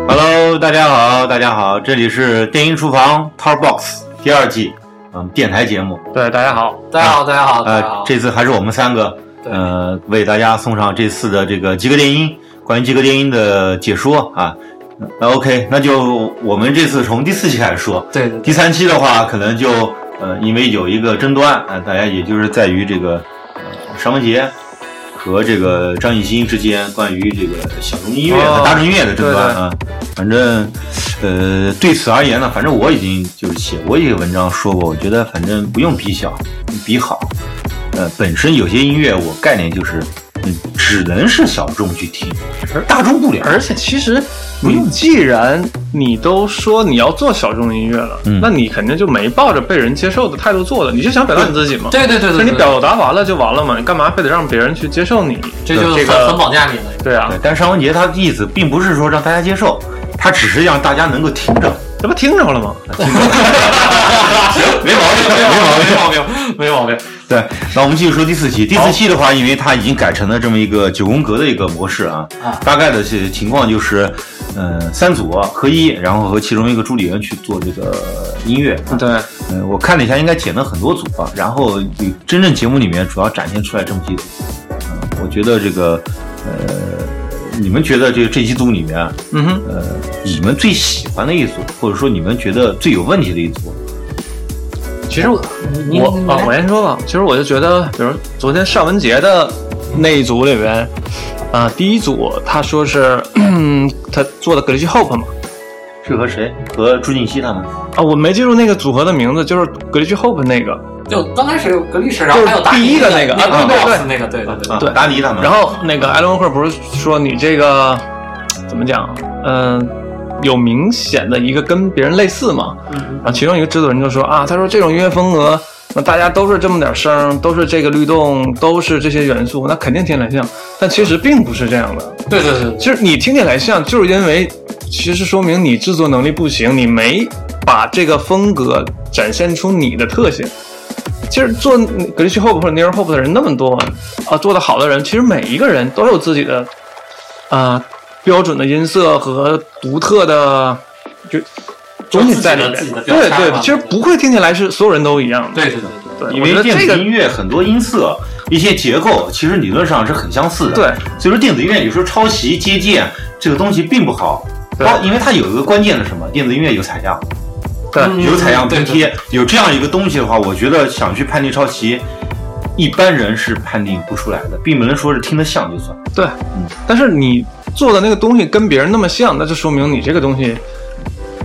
大家好，大家好，这里是电音厨房 Talk Box 第二季，嗯，电台节目。对，大家好，啊大家好，大家好，大家呃好，。这次还是我们三个，对呃，为大家送上这次的这个极客电音，关于极客电音的解说啊。那 OK，那就我们这次从第四期开始说，对对第对，三期的话，可能就呃，因为有一个争端啊、大家也就是在于这个呃尚雯婕和这个张艺兴之间关于这个小众音乐哦和大众音乐的争端啊。反正呃，对此而言呢，反正我已经就是写过一个文章说过，我觉得反正不用比小，比好。呃，本身有些音乐我概念就是，嗯，只能是小众去听，大众不了。而且其实你既然你都说你要做小众音乐了，嗯那你肯定就没抱着被人接受的态度做的，你就想表达你自己嘛。对对对对那对，你表达完了就完了嘛，你干嘛非得让别人去接受你？这就是这很个很绑架你了。对啊对，，但尚雯婕她的意思并不是说让大家接受，她只是让大家能够听着。这不听着了吗？没毛病，没毛病。毛病，没毛病。对，那我们继续说第四期。第四期的话，因为它已经改成了这么一个九宫格的一个模式啊，啊大概的是情况就是，呃，三组合一，然后和其中一个助理人去做这个音乐。对，嗯、我看了一下，应该剪了很多组啊，然后真正节目里面主要展现出来这么几组。嗯、我觉得这个，呃，你们觉得这这几组里面啊，嗯哼，呃，你们最喜欢的一组，或者说你们觉得最有问题的一组，其实我你我你啊来，我先说吧。其实我就觉得，比如昨天尚雯婕的那一组里边，啊、第一组他说是 他做的 Glitch Hope 嘛，是和谁？和朱静熙他们？啊，我没记住那个组合的名字，就是 Glitch Hope 那个。就刚开始有格力士，然后就是还有打第一的个那个那啊对对对那个，对对对啊，对达尼他们。然后那个艾伦沃克不是说你这个怎么讲？嗯、有明显的一个跟别人类似嘛。嗯然后其中一个制作人就说啊，他说这种音乐风格，那大家都是这么点声儿，都是这个律动，都是这些元素，那肯定听起来像。但其实并不是这样的。对对对，其实你听起来像，就是因为其实说明你制作能力不行，你没把这个风格展现出你的特性。其实做 glitch hope 或者 near hope 的人那么多啊，做的好的人，其实每一个人都有自己的啊、标准的音色和独特的就东西在里面自己的。自己的对标签对嘛，其实不会听起来是所有人都一样的。对对对对。对，因我觉为得电这子个音乐很多音色、一些结构，其实理论上是很相似的。，对所以说电子音乐有时候抄袭、借鉴这个东西并不好。对包，因为它有一个关键的什么，电子音乐有采样，对嗯有采样拼对对贴，有这样一个东西的话，我觉得想去判定抄袭，一般人是判定不出来的，并不能说是听得像就算。对，但是你做的那个东西跟别人那么像，那就说明你这个东西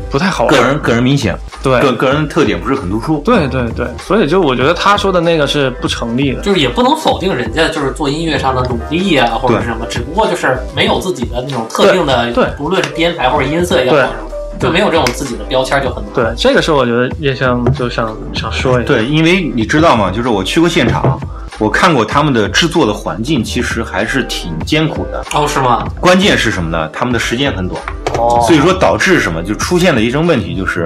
不太好玩。个人个人明显，个对个人特点不是很突出。对对对，所以就我觉得他说的那个是不成立的。就是也不能否定人家就是做音乐上的努力啊，或者是什么，只不过就是没有自己的那种特定的，对对不论是编排或者音色也好对什么，就没有这种自己的标签就很难。对，这个是我觉得叶香就想想说一下。对，因为你知道吗？就是我去过现场，我看过他们的制作的环境，其实还是挺艰苦的。哦，是吗？关键是什么呢？他们的时间很短，哦，所以说导致什么？就出现了一种问题，就是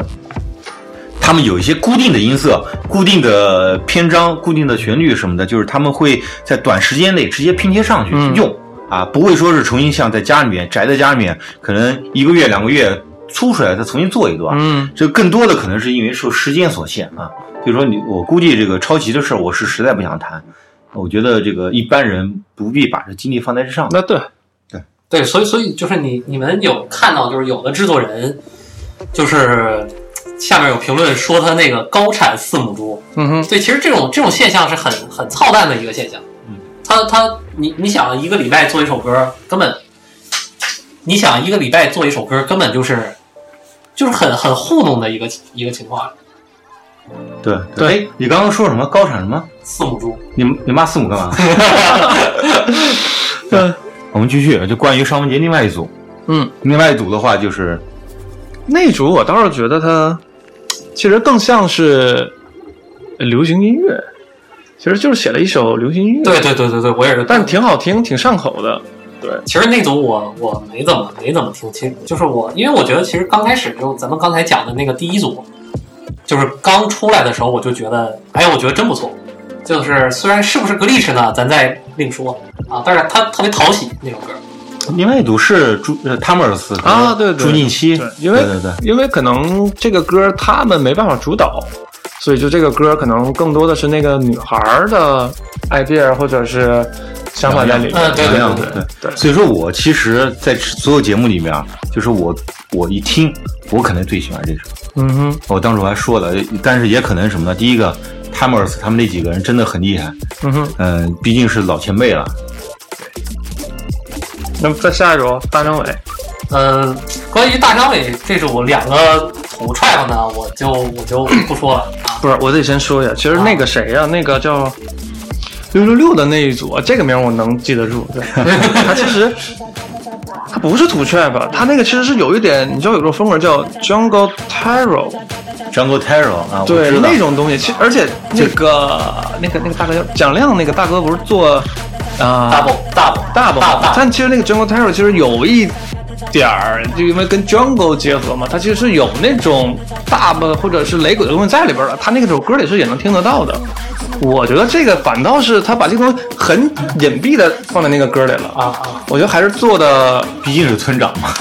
他们有一些固定的音色、固定的篇章、固定的旋律什么的，就是他们会在短时间内直接拼贴上去嗯用、啊，不会说是重新像在家里面宅在家里面，可能一个月、两个月粗出来再重新做一段。嗯，这更多的可能是因为受时间所限啊，所以说你我估计这个抄袭的事儿，我是实在不想谈。我觉得这个一般人不必把这精力放在这上面。那对，对，所以所以就是你你们有看到，就是有的制作人，就是下面有评论说他那个高产四母猪，嗯哼，对，其实这种这种现象是很很操蛋的一个现象。嗯，他他你你想一个礼拜做一首歌，根本，你想一个礼拜做一首歌，根本就是就是很很糊弄的一个一个情况。对对哎你刚刚说什么高产什么？四母猪，你你骂四母 干嘛？对，我们继续，就关于尚雯婕另外一组，嗯，另外一组的话就是那组我倒是觉得他其实更像是流行音乐，其实就是写了一首流行音乐，对，对对对对，我也是。但挺好听，挺上口的。其实那种我我没怎么没怎么听清，就是我因为我觉得其实刚开始就咱们刚才讲的那个第一组，就是刚出来的时候我就觉得，哎呀，我觉得真不错。就是虽然是不是 glitch 呢，咱再另说啊，但是它特别讨喜那首歌，另外一组是朱呃汤姆尔斯和啊对对朱宁熙对，，因为对对对，因为可能这个歌他们没办法主导，所以就这个歌可能更多的是那个女孩儿的 idea 或者是想法在里面。嗯对对两样对对对对所以说我其实，在所有节目里面啊，就是我我一听，我可能最喜欢这首。嗯哼，我当时我还说了，但是也可能什么呢？第一个，汤姆尔斯他们那几个人真的很厉害，嗯哼。嗯、毕竟是老前辈了。那么再下一首大张伟，嗯，关于大张伟这种两个土踹子呢，我就我就不说了啊。不是我得先说一下，其实那个谁呀、啊那个叫六六六的那一组，这个名我能记得 住。对，他其实他不是土雀吧？他那个其实是有一点，你知道有个风格叫 Jungle Tarot。 Jungle Taro 啊，我对知道那种东西，其实而且那个那个那个大哥叫蒋亮，那个大哥不是做啊、大宝大宝大宝大嘛，大但其实那个 Jungle Terror 其实有一点儿，就因为跟 Jungle 结合嘛，它其实是有那种大吧或者是雷鬼的东西在里边儿的，它那个首歌里是也能听得到的。我觉得这个反倒是他把这个东西很隐蔽的放在那个歌里了，啊啊，我觉得还是做的毕竟是村长嘛。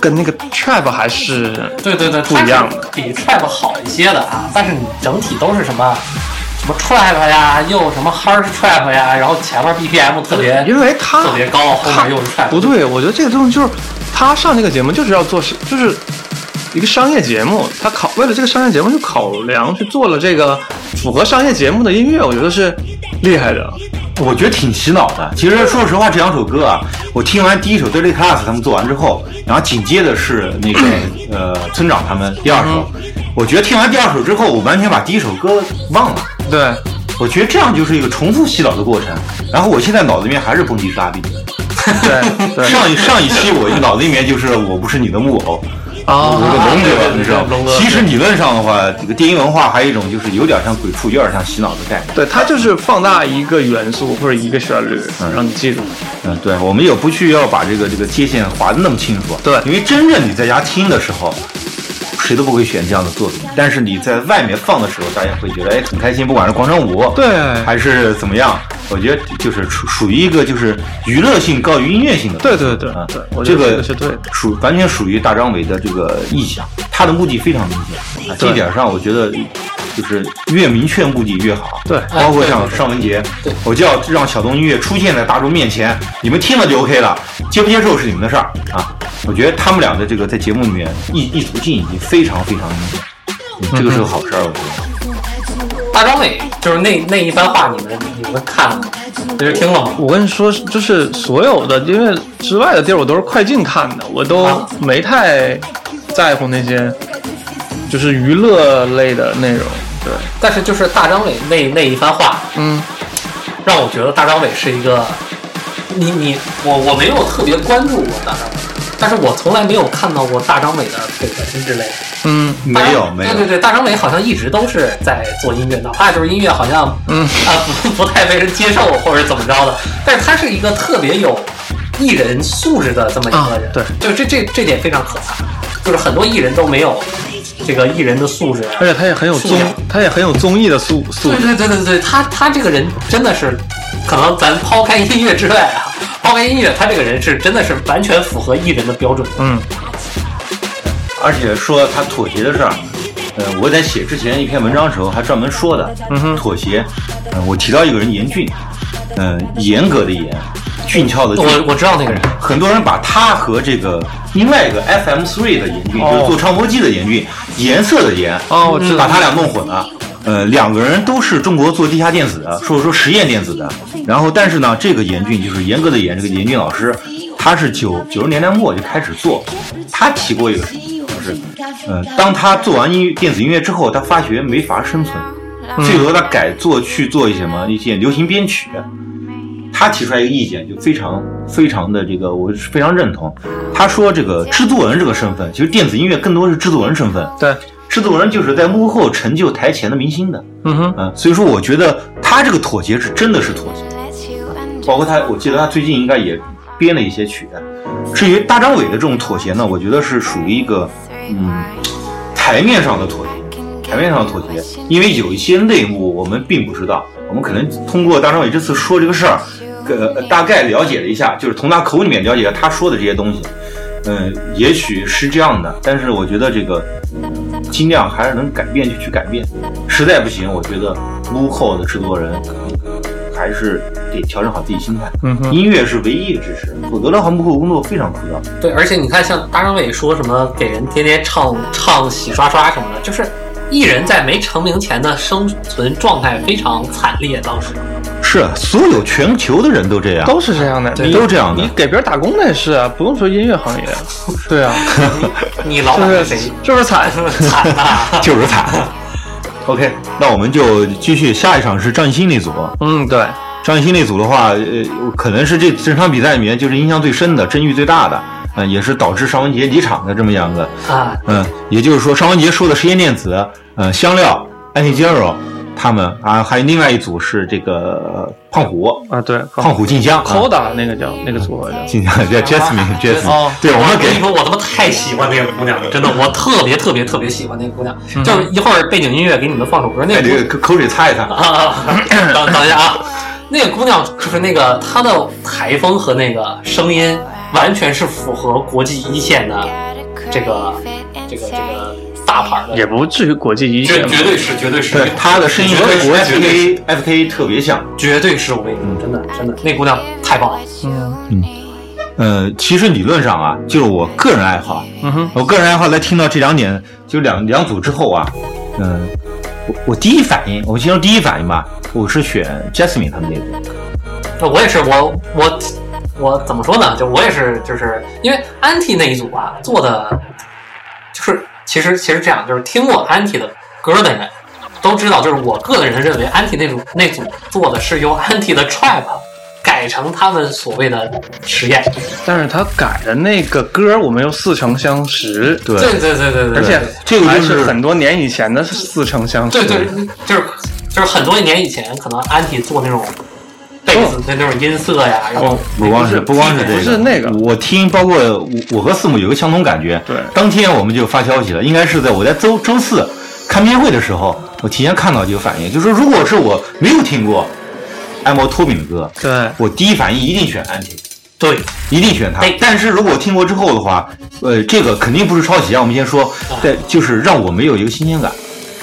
跟那个 Trap 还 是对对对，不一样，比踹子好一些的啊。但是你整体都是什么什么 trap 呀，又什么 hard trap 呀，然后前面 BPM 特别因为他特别高，后面又是 trap，不对，我觉得这个东西就是他上这个节目就是要做是，就是一个商业节目，他考为了这个商业节目去考量去做了这个符合商业节目的音乐，我觉得是厉害的。我觉得挺洗脑的。其实说实话，这两首歌啊，我听完第一首 Dirty Class 他们做完之后，然后紧接着是那 个呃村长他们第二首，嗯我觉得听完第二首之后，我完全把第一首歌忘了。对，我觉得这样就是一个重复洗脑的过程。然后我现在脑子里面还是蹦迪拉比。对对上一上一期我脑子里面就是我不是你的木偶，我是啊，龙对对哥，对你知道龙吗？哥其实理论上的话，这个电影文化还有一种就是有点像鬼畜，有点像洗脑的概念。对他就是放大一个元素或者一个旋律，让你记住。嗯，对，我们也不需要把这个这个界限划得那么清楚。啊对因为真正你在家听的时候，谁都不会选这样的作品。但是你在外面放的时候，大家会觉得哎很开心，不管是广场舞，对还是怎么样，我觉得就是属属于一个就是娱乐性高于音乐性的。对对对啊对，我觉这得这个个是对的。属完全属于大张伟的这个意向，他的目的非常明显啊，这对一点上我觉得就是越明确目的越好。对包括哎像对对尚雯婕对，我就要让小众音乐出现在大众面前，你们听了就 OK 了，接不接受是你们的事儿啊。我觉得他们俩的这个在节目里面意意图性已经非常非常明显，嗯这个是个好事儿，我觉得。大张伟就是那那一番话，你们你们看了吗？你是听了吗？我跟你说，就是所有的音乐之外的地儿，我都是快进看的，我都啊没太在乎那些就是娱乐类的内容。对，但是就是大张伟那那一番话，嗯，让我觉得大张伟是一个，你你我我没有特别关注过大张伟，但是我从来没有看到过大张伟的绯闻之类的。嗯，没大有张没有对，对对，大张伟好像一直都是在做音乐，哪怕就是音乐好像嗯啊不 不太被人接受或者怎么着的，但是他是一个特别有艺人素质的这么一个人，啊对，就这这这点非常可怕，就是很多艺人都没有这个艺人的素质啊。而且他也很有综素养，他也很有综艺的素素对质。对对对对，他他这个人真的是，可能咱抛开音乐之外啊，抛开音乐，他这个人是真的是完全符合艺人的标准的。嗯，而且说他妥协的事儿，呃，我在写之前一篇文章的时候还专门说的，嗯哼妥协，呃，我提到一个人严俊，嗯、严格的严，俊俏的俊。我我知道那个人，很多人把他和这个另外一个 FM Three 的严俊，哦就是做唱播机的严俊，颜色的颜，哦我知道把他俩弄混了。呃，两个人都是中国做地下电子的，或者说实验电子的。然后，但是呢，这个严俊就是严格的严，这个严俊老师，他是九九十年代末就开始做，他提过一个什么就是，呃，当他做完音乐电子音乐之后，他发觉没法生存，嗯最后他改做去做一些什么一些流行编曲，他提出来一个意见，就非常非常的这个，我是非常认同。他说这个制作人这个身份，其实电子音乐更多是制作人身份，对，制作人就是在幕后成就台前的明星的，嗯哼，嗯，所以说我觉得他这个妥协是真的是妥协，包括他，我记得他最近应该也编了一些曲。至于大张伟的这种妥协呢，我觉得是属于一个嗯台面上的妥协，台面上的妥协，因为有一些内幕我们并不知道，我们可能通过大张伟这次说这个事儿，呃大概了解了一下，就是从他口里面了解他说的这些东西。嗯，也许是这样的，但是我觉得这个尽量还是能改变就去改变，实在不行，我觉得幕后的制作人可能还是得调整好自己心态。嗯哼，音乐是唯一的支持，否则的话，幕后工作非常枯燥。对，而且你看，像大张伟说什么给人天天唱唱洗刷刷什么的，就是艺人在没成名前的生存状态非常惨烈。当时，是，啊所有全球的人都这样，都是这样的，对你都这样的你给别人打工那也是啊，不用说音乐行业，对 啊，你老就板是是谁？就是惨，惨呐！就是惨。OK，那我们就继续，下一场是占星那组。嗯，对，张艺兴那组的话，呃，可能是这整场比赛里面就是印象最深的、争议最大的，嗯、也是导致尚雯婕离场的这么样的。啊，嗯、也就是说，尚雯婕说的实验电子，呃，香料、安信 zero 他们啊，还有另外一组是这个呃胖虎、啊对，胖虎静香、啊、 Coda 那个叫那个组合叫，静香叫 Jasmine Jasmine，对，我们跟你给 说，哦我他妈太喜欢那个姑娘了，真的，我特别特别特别喜欢那个姑娘。就是一会儿背景音乐给你们放首歌，那嗯哎个姑这个口水擦一擦。 啊，等等一下啊，那个姑娘就是那个她的台风和那个声音完全是符合国际一线的这个这个这个大牌的，也不至于国际一线绝嘛，绝对是绝对是对，她的声音和绝对是国绝对 FK 是 FK 特别像。绝对是我跟你说，嗯真的真的，那姑娘太棒了，嗯呃，其实理论上啊，就是我个人爱好，嗯哼，我个人爱好在听到这两点，就两两组之后啊，嗯、我我第一反应，我心中第一反应吧，我是选 Jasmine 他们那哎组，那我也是我我我怎么说呢？就我也是就是因为安 n 那一组啊做的，就是其实其实这样，就是听过安 n 的歌的人都知道，就是我个人认为安 n 那组那组做的是由安 n 的 trap 改成他们所谓的实验，但是他改的那个歌，我们又似曾相识，对对对对对对，而且这个就还是是很多年以前的似曾相识，对对，就是就是很多年以前，可能安 n 做那种贝哦斯的那种音色呀，然后不光是不是不光是这个，不是那个我听，包括我我和四母有个相同感觉，对当天我们就发消息了，应该是在我在周周四看片会的时候，我提前看到就有反应，就是如果是我没有听过艾摩托饼的歌，对我第一反应一定选安 n 对一定选他哎。但是如果听过之后的话，呃，这个肯定不是抄袭啊。我们先说，但就是让我没有一个新鲜感，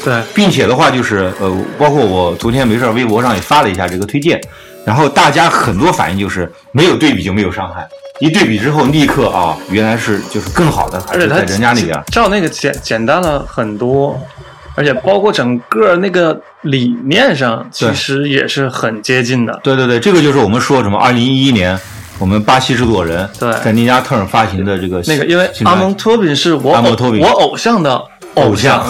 对，并且的话就是呃，包括我昨天没事儿微博上也发了一下这个推荐，然后大家很多反应就是没有对比就没有伤害，一对比之后立刻啊，原来是就是更好的，还而且是他在人家那边。照那个简简单了很多，而且包括整个那个理念上，其对实也是很接近的。对对对，这个就是我们说什么二零一一年。我们巴西制作人对在尼加特尔发行的这个那个，因为新阿专蒙托宾是我阿蒙偶托宾我偶像的偶偶像，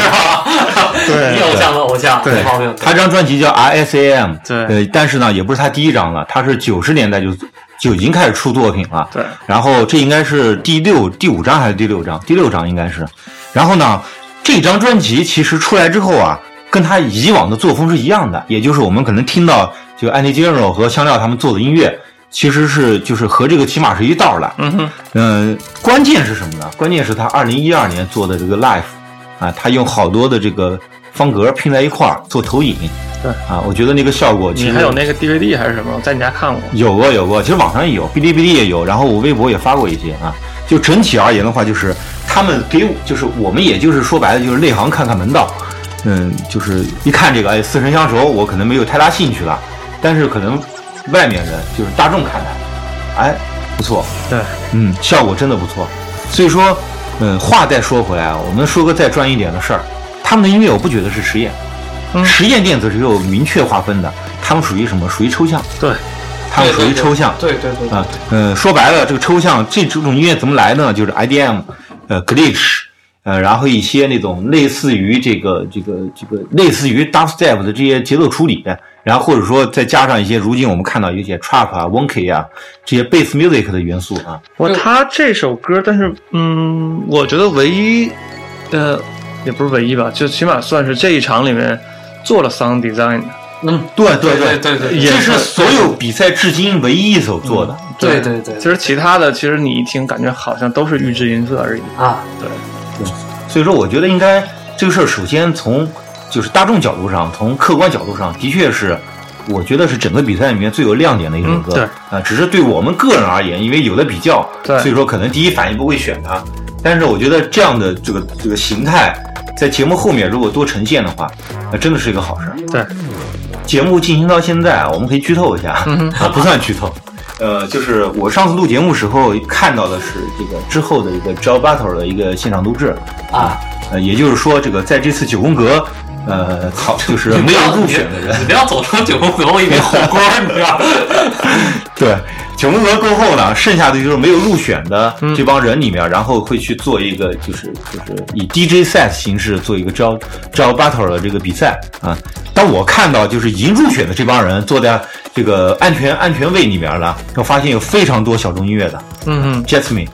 对你偶像的偶像，对这方面，他这张专辑叫 RSAM，对呃，但是呢，也不是他第一张了，他是九十年代就就已经开始出作品了，对，然后这应该是第六、第五张还是第六张？第六张应该是。然后呢，这张专辑其实出来之后啊，跟他以往的作风是一样的，也就是我们可能听到就 Andy g e n e r o 和香料他们做的音乐，其实是就是和这个起码是一道儿的。嗯哼，嗯，关键是什么呢？关键是他二零一二年做的这个 Live 啊，他用好多的这个方格拼在一块儿做投影，对啊，我觉得那个效果其你实还有那个 DVD 还是什么？我在你家看过。有过有啊过，其实网上也有，哔哩哔哩也有，然后我微博也发过一些啊。就整体而言的话，就是他们给我就是我们也就是说白了就是内行看看门道，嗯，就是一看这个哎似曾相熟，我可能没有太大兴趣了，但是可能外面人就是大众看看，哎不错，对，嗯，效果真的不错。所以说，嗯，话再说回来啊，我们说个再专一点的事儿，他们的音乐我不觉得是实验，嗯实验电子是有明确划分的，他们属于什么？属于抽象，对，他们属于抽象。对对对对啊，呃，说白了，这个抽象这这种音乐怎么来的呢？就是 IDM，呃，glitch，呃，然后一些那种类似于这个这个这个类似于 dubstep 的这些节奏处理，然后或者说再加上一些如今我们看到有一些 trap 啊、wonky 啊这些 bass music 的元素啊，我对他这首歌，但是嗯，我觉得唯一的也不是唯一吧，就起码算是这一场里面做了 sound design 的。嗯，对对对对对这是所有比赛至今唯一一首做的。对对对其实其他的，其实你一听感觉好像都是预知音色而已。啊，所以说，我觉得应该这个事儿，首先从就是大众角度上，从客观角度上，的确是我觉得是整个比赛里面最有亮点的一首歌。嗯对啊，只是对我们个人而言，因为有的比较，对所以说可能第一反应不会选它。但是我觉得这样的这个这个形态，在节目后面如果多呈现的话，那真的是一个好事儿。对，节目进行到现在，我们可以剧透一下，嗯 啊，不算剧透。呃，就是我上次录节目时候看到的是这个之后的一个 Joe Butler 的一个现场录制，啊，呃，也就是说，这个在这次九宫格，呃， 好，就是没有入选的人，你不要走成九宫格，我以为 火锅，你知道吗？对，九宫格过后呢，剩下的就是没有入选的嗯这帮人里面，然后会去做一个就是就是以 DJ set 形式做一个招招 battle 的这个比赛啊。当我看到就是已经入选的这帮人坐在这个安全安全位里面了，我发现有非常多小众音乐的嗯 Jasmine，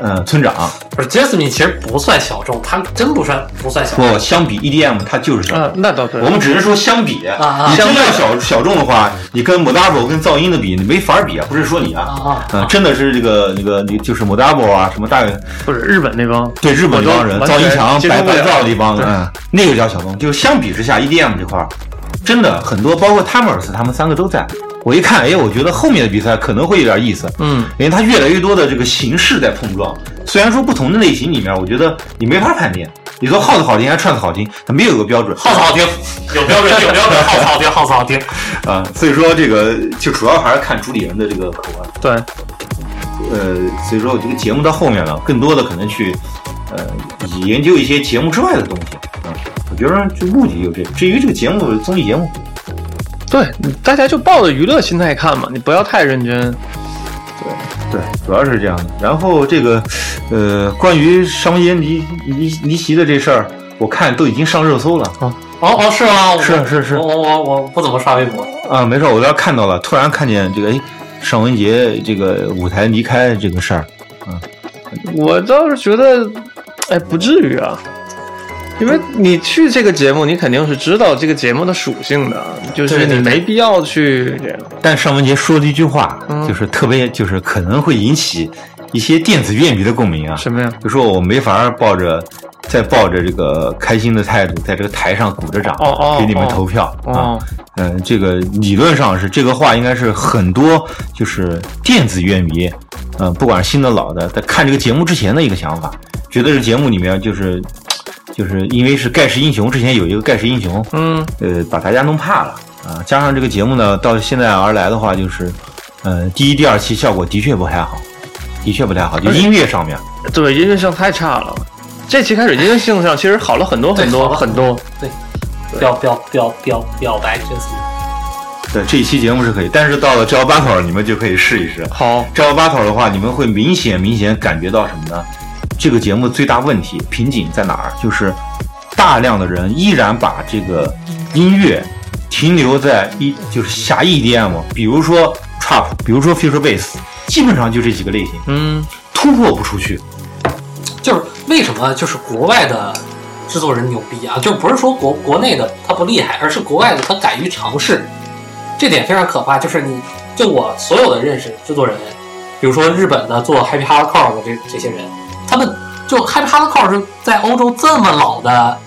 嗯、村长，不是 Jasmine 其实不算小众，他真不算不算小众。我相比 EDM 它就是小嗯，众。啊，那倒对我。们只是说相比，啊你真相要对小小众的话，你跟 Modabo 跟噪音的比，你没法比啊，不是说你啊，啊啊，真的是这个那个，你就是 Modabo 啊，什么大不是日本那帮，对日本那帮人，我都噪音完墙全白接受不白了噪的一帮人，嗯，那个叫小众。就是相比之下，EDM 这块儿真的很多，包括 Tamers 他们三个都在。我一看，哎，我觉得后面的比赛可能会有点意思，嗯，因为它越来越多的这个形式在碰撞。虽然说不同的类型里面，我觉得你没法判定。你说 House 好听还是 Trance 好听，它没有个标准。耗子好听，有标准，有标准，耗子好听，耗子好听。啊，所以说这个就主要还是看主理人的这个口味。对，呃，所以说这个节目到后面呢，更多的可能去呃研究一些节目之外的东西啊。我觉得就目的就这。至于这个节目综艺节目，对，大家就抱着娱乐心态看嘛，你不要太认真。对，主要是这样的。然后这个呃，关于上官离离离席的这事儿，我看都已经上热搜了哦哦，是吗？我是是是我我我我不怎么刷微博。啊。没事，我要看到了，突然看见这个哎，尚雯婕这个舞台离开这个事儿，我倒是觉得，哎，不至于啊，因为你去这个节目，你肯定是知道这个节目的属性的，就是对对你没必要去这样。但尚雯婕说了一句话，嗯就是特别，就是可能会引起一些电子乐迷的共鸣啊。什么呀？就说我没法抱着再抱着这个开心的态度，在这个台上鼓着掌，哦哦给你们哦投票、啊。哦，嗯、这个理论上是这个话应该是很多就是电子乐迷，嗯、不管是新的老的，在看这个节目之前的一个想法，觉得这节目里面就是。就是因为是盖世英雄，之前有一个盖世英雄，嗯，呃，把大家弄怕了啊。加上这个节目呢，到现在而来的话，就是，呃，第一、第二期效果的确不太好，的确不太好，就而且音乐上面。对，音乐性太差了。这期开始音乐性上其实好了很多对很好多了很多，表表表表表白 Jasmine，对，这一期节目是可以，但是到了 j a b a t t l 你们就可以试一试。好， j a b a t t l 的话，你们会明显明显感觉到什么呢？这个节目最大问题瓶颈在哪儿？就是大量的人依然把这个音乐停留在一就是狭义 EDM，比如说 Trap，比如说 Future Bass，基本上就这几个类型，嗯，突破不出去。就是为什么就是国外的制作人牛逼啊？就不是说国国内的他不厉害，而是国外的他敢于尝试，这点非常可怕。就是你就我所有的认识制作人，比如说日本的做 Happy Hardcore 的这这些人，他们就 Happy Hardcore 是在欧洲这么老的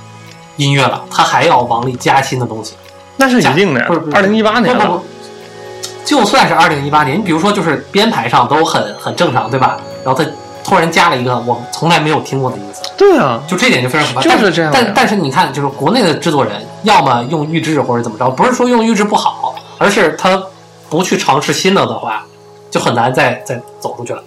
音乐了，他还要往里加新的东西。那是一定的呀不是不。是二零一八年不不了不，就算是二零一八年，你比如说就是编排上都很很正常，对吧？然后他突然加了一个我们从来没有听过的音色，对啊，就这点就非常可怕。就是但这样的但但是你看，就是国内的制作人，要么用预制或者怎么着，不是说用预制不好，而是他不去尝试新的的话，就很难再再走出去了。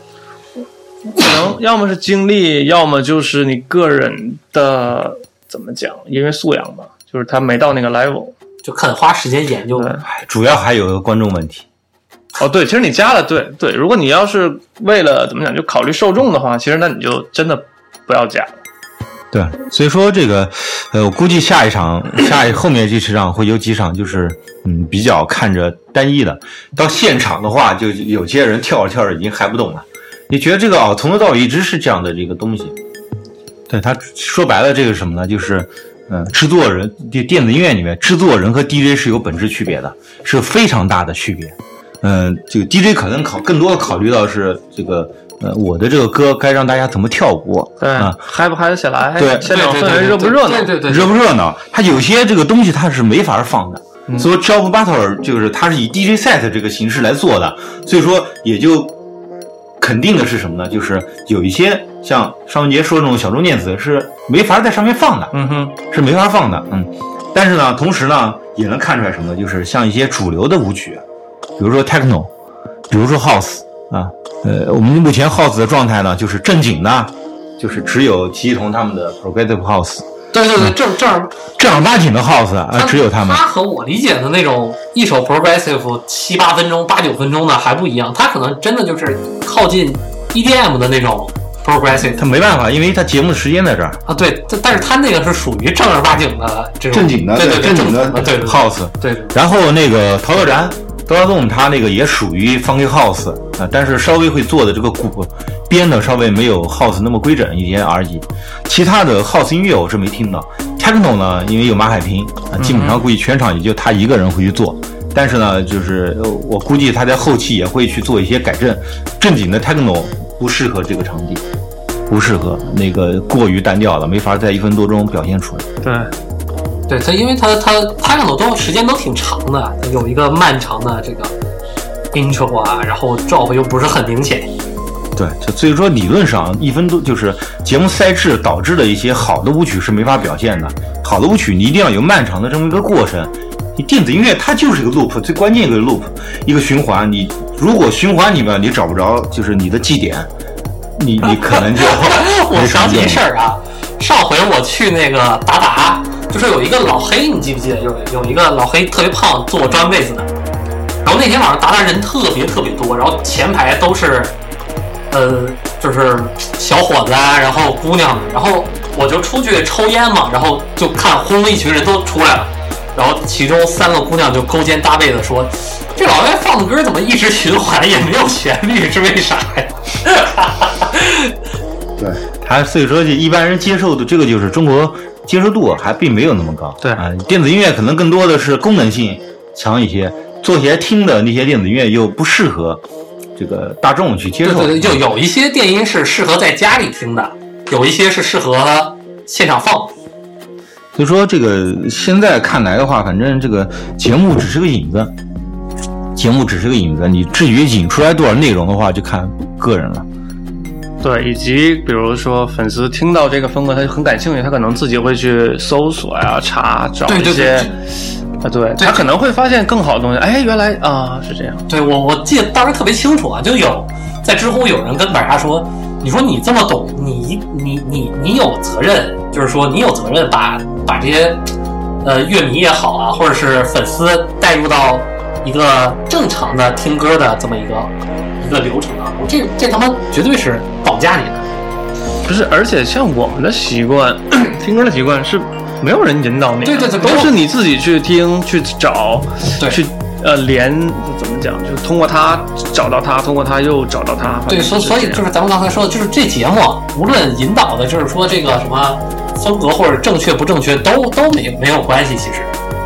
可能要么是经历，要么就是你个人的怎么讲音乐素养吧，就是他没到那个 level。就很花时间研究，对哎主要还有一个观众问题，哦，对，其实你加了，对对，如果你要是为了怎么讲，就考虑受众的话，其实那你就真的不要加。对，所以说这个，呃，我估计下一场、下一后面这十场会有几场，就是嗯，比较看着单一的。到现场的话，就有些人跳着跳着已经嗨不动了。你觉得这个哦，从头到尾一直是这样的这个东西。对他说白了，这个是什么呢？就是，嗯、制作人电电子音乐里面，制作人和 DJ 是有本质区别的，是非常大的区别。嗯、这个 DJ 可能考更多的考虑到是这个，呃，我的这个歌该让大家怎么跳舞，对，啊嗨不嗨得起来，对现场对氛对对围热不热闹对？对对，热不热闹？它有些这个东西它是没法放的，嗯所以说 Job Butler 就是它是以 DJ set 这个形式来做的，所以说也就肯定的是什么呢？就是有一些像尚文杰说的那种小众电子是没法在上面放的，嗯哼，是没法放的，嗯。但是呢，同时呢，也能看出来什么呢？就是像一些主流的舞曲，比如说 techno，比如说 house 啊，呃，我们目前 house 的状态呢，就是正经的，就是只有齐一桐他们的 progressive house，对对对，正正正儿八经的 house 啊，只有他们。他和我理解的那种一首 progressive 七八分钟、八九分钟的还不一样，他可能真的就是靠近 EDM 的那种 progressive 他没办法，因为他节目时间在这儿，啊，对，但但是他那个是属于正儿八经的这种正经的，对对正经的对对对 house。对对然后那个陶乐然、德拉洞，他那个也属于 funky house 啊，但是稍微会做的这个鼓编的稍微没有 house 那么规整一些而已。其他的 house 音乐我是没听到。techno 呢，因为有马海平啊，基本上估计全场也就他一个人会去做。但是呢，就是呃我估计他在后期也会去做一些改正。正经的 techno 不适合这个场景，不适合那个过于单调了，没法在一分多钟表现出来。对，对他，因为他他他那种都时间都挺长的，有一个漫长的这个 intro 啊，然后 drop 又不是很明显，对，就所以说理论上一分多就是节目赛制导致的一些好的舞曲是没法表现的。好的舞曲你一定要有漫长的这么一个过程。你电子音乐它就是一个 loop，最关键一个 loop，一个循环。你如果循环里面你找不着就是你的绩点，你你可能就 我没啥想起用一事儿啊，上回我去那个达达，就是有一个老黑，你记不记得？有有一个老黑特别胖，坐我专位子的。然后那天晚上达达人特别特别多，然后前排都是，呃，就是小伙子啊，然后姑娘，然后我就出去抽烟嘛，然后就看轰的一群人都出来了，然后其中三个姑娘就勾肩搭背的说：“这老外放的歌怎么一直循环，也没有旋律，是为啥呀？”对，他所以说就一般人接受的这个就是中国接受度还并没有那么高。对啊，电子音乐可能更多的是功能性强一些，做起来听的那些电子音乐又不适合这个大众去接受。啊对对对，就有一些电音是适合在家里听的，有一些是适合现场放的。所以说这个现在看来的话，反正这个节目只是个影子，节目只是个影子，你至于引出来多少内容的话，就看个人了。对，以及比如说粉丝听到这个风格，他就很感兴趣，他可能自己会去搜索呀、查找对一对些对啊，对对他可能会发现更好的东西。哎，原来啊是这样，对我我记得当时特别清楚啊，就有在知乎有人跟大家说，你说你这么懂，你你你你有责任，就是说你有责任把把这些呃乐迷也好啊，或者是粉丝带入到一个正常的听歌的这么一个一个流程当中，这这他妈绝对是绑架你的。不是，而且像我们的习惯， 听歌的习惯是没有人引导你的，对对对都是你自己去听、去找、对去呃连怎么讲，就通过他找到他，通过他又找到他。反对，正所所以这就样是咱们刚才说的，就是这节目啊无论引导的，就是说这个什么风格或者正确不正确，都都没没有关系，其实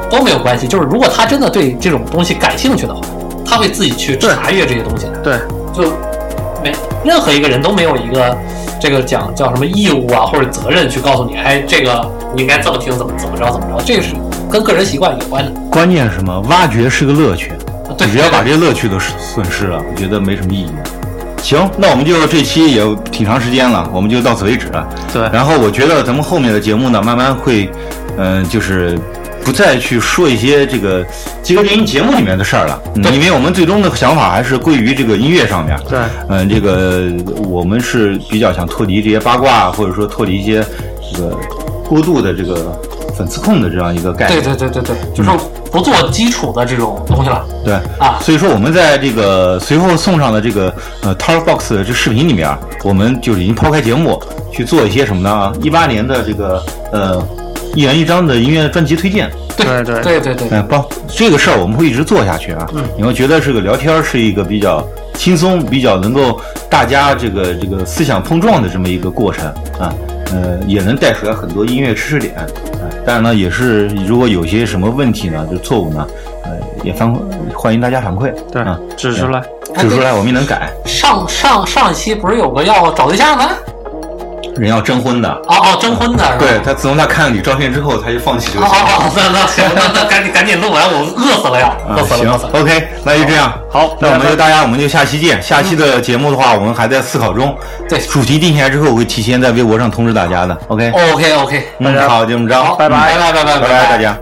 都没有关系。就是如果他真的对这种东西感兴趣的话，他会自己去对查阅这些东西的。对就没任何一个人都没有一个这个讲叫什么义务啊或者责任去告诉你，哎，这个你应该这么听，怎么怎么着怎么着，这个是跟个人习惯有关的。关键是什么？挖掘是个乐趣，对只要把这些乐趣都损失了，我觉得没什么意义。行，那我们就这期也挺长时间了，我们就到此为止。啊对然后我觉得咱们后面的节目呢，慢慢会，嗯、就是不再去说一些这个这个电影节目里面的事儿了，嗯因为我们最终的想法还是归于这个音乐上面。对嗯，这个我们是比较想脱离这些八卦，或者说脱离一些这个过度的这个粉丝控的这样一个概对念。对对对对，就是嗯不做基础的这种东西了对啊。所以说我们在这个随后送上的这个呃 t a r Box 的这视频里面，我们就是已经抛开节目去做一些什么呢？啊一八年的这个呃一人一张的音乐专辑推荐，对对对对对，嗯、包这个事儿我们会一直做下去啊。嗯你会觉得这个聊天儿是一个比较轻松、比较能够大家这个这个思想碰撞的这么一个过程啊，呃，也能带出来很多音乐知识点。啊当然呢，也是如果有些什么问题呢，就错误呢，呃，也反欢迎大家反馈。对啊，，指出来。指出来我们也能改。上上上一期不是有个要找对象的？人要征婚的，哦哦，征婚的是吧？对他自从他看了你照片之后，他就放弃这哦个想法。哦哦，那那行，那那赶紧赶紧录完，我饿死了要，啊饿死了，行饿死了。 ，OK，那就这样。好那我们就大家，我们就下期见。下期的节目的话，我们还在思考中。嗯对主题定下来之后，我会提前在微博上通知大家的。OK， OK OK，嗯，好，就这么着，好，嗯拜拜拜拜拜拜拜，大家。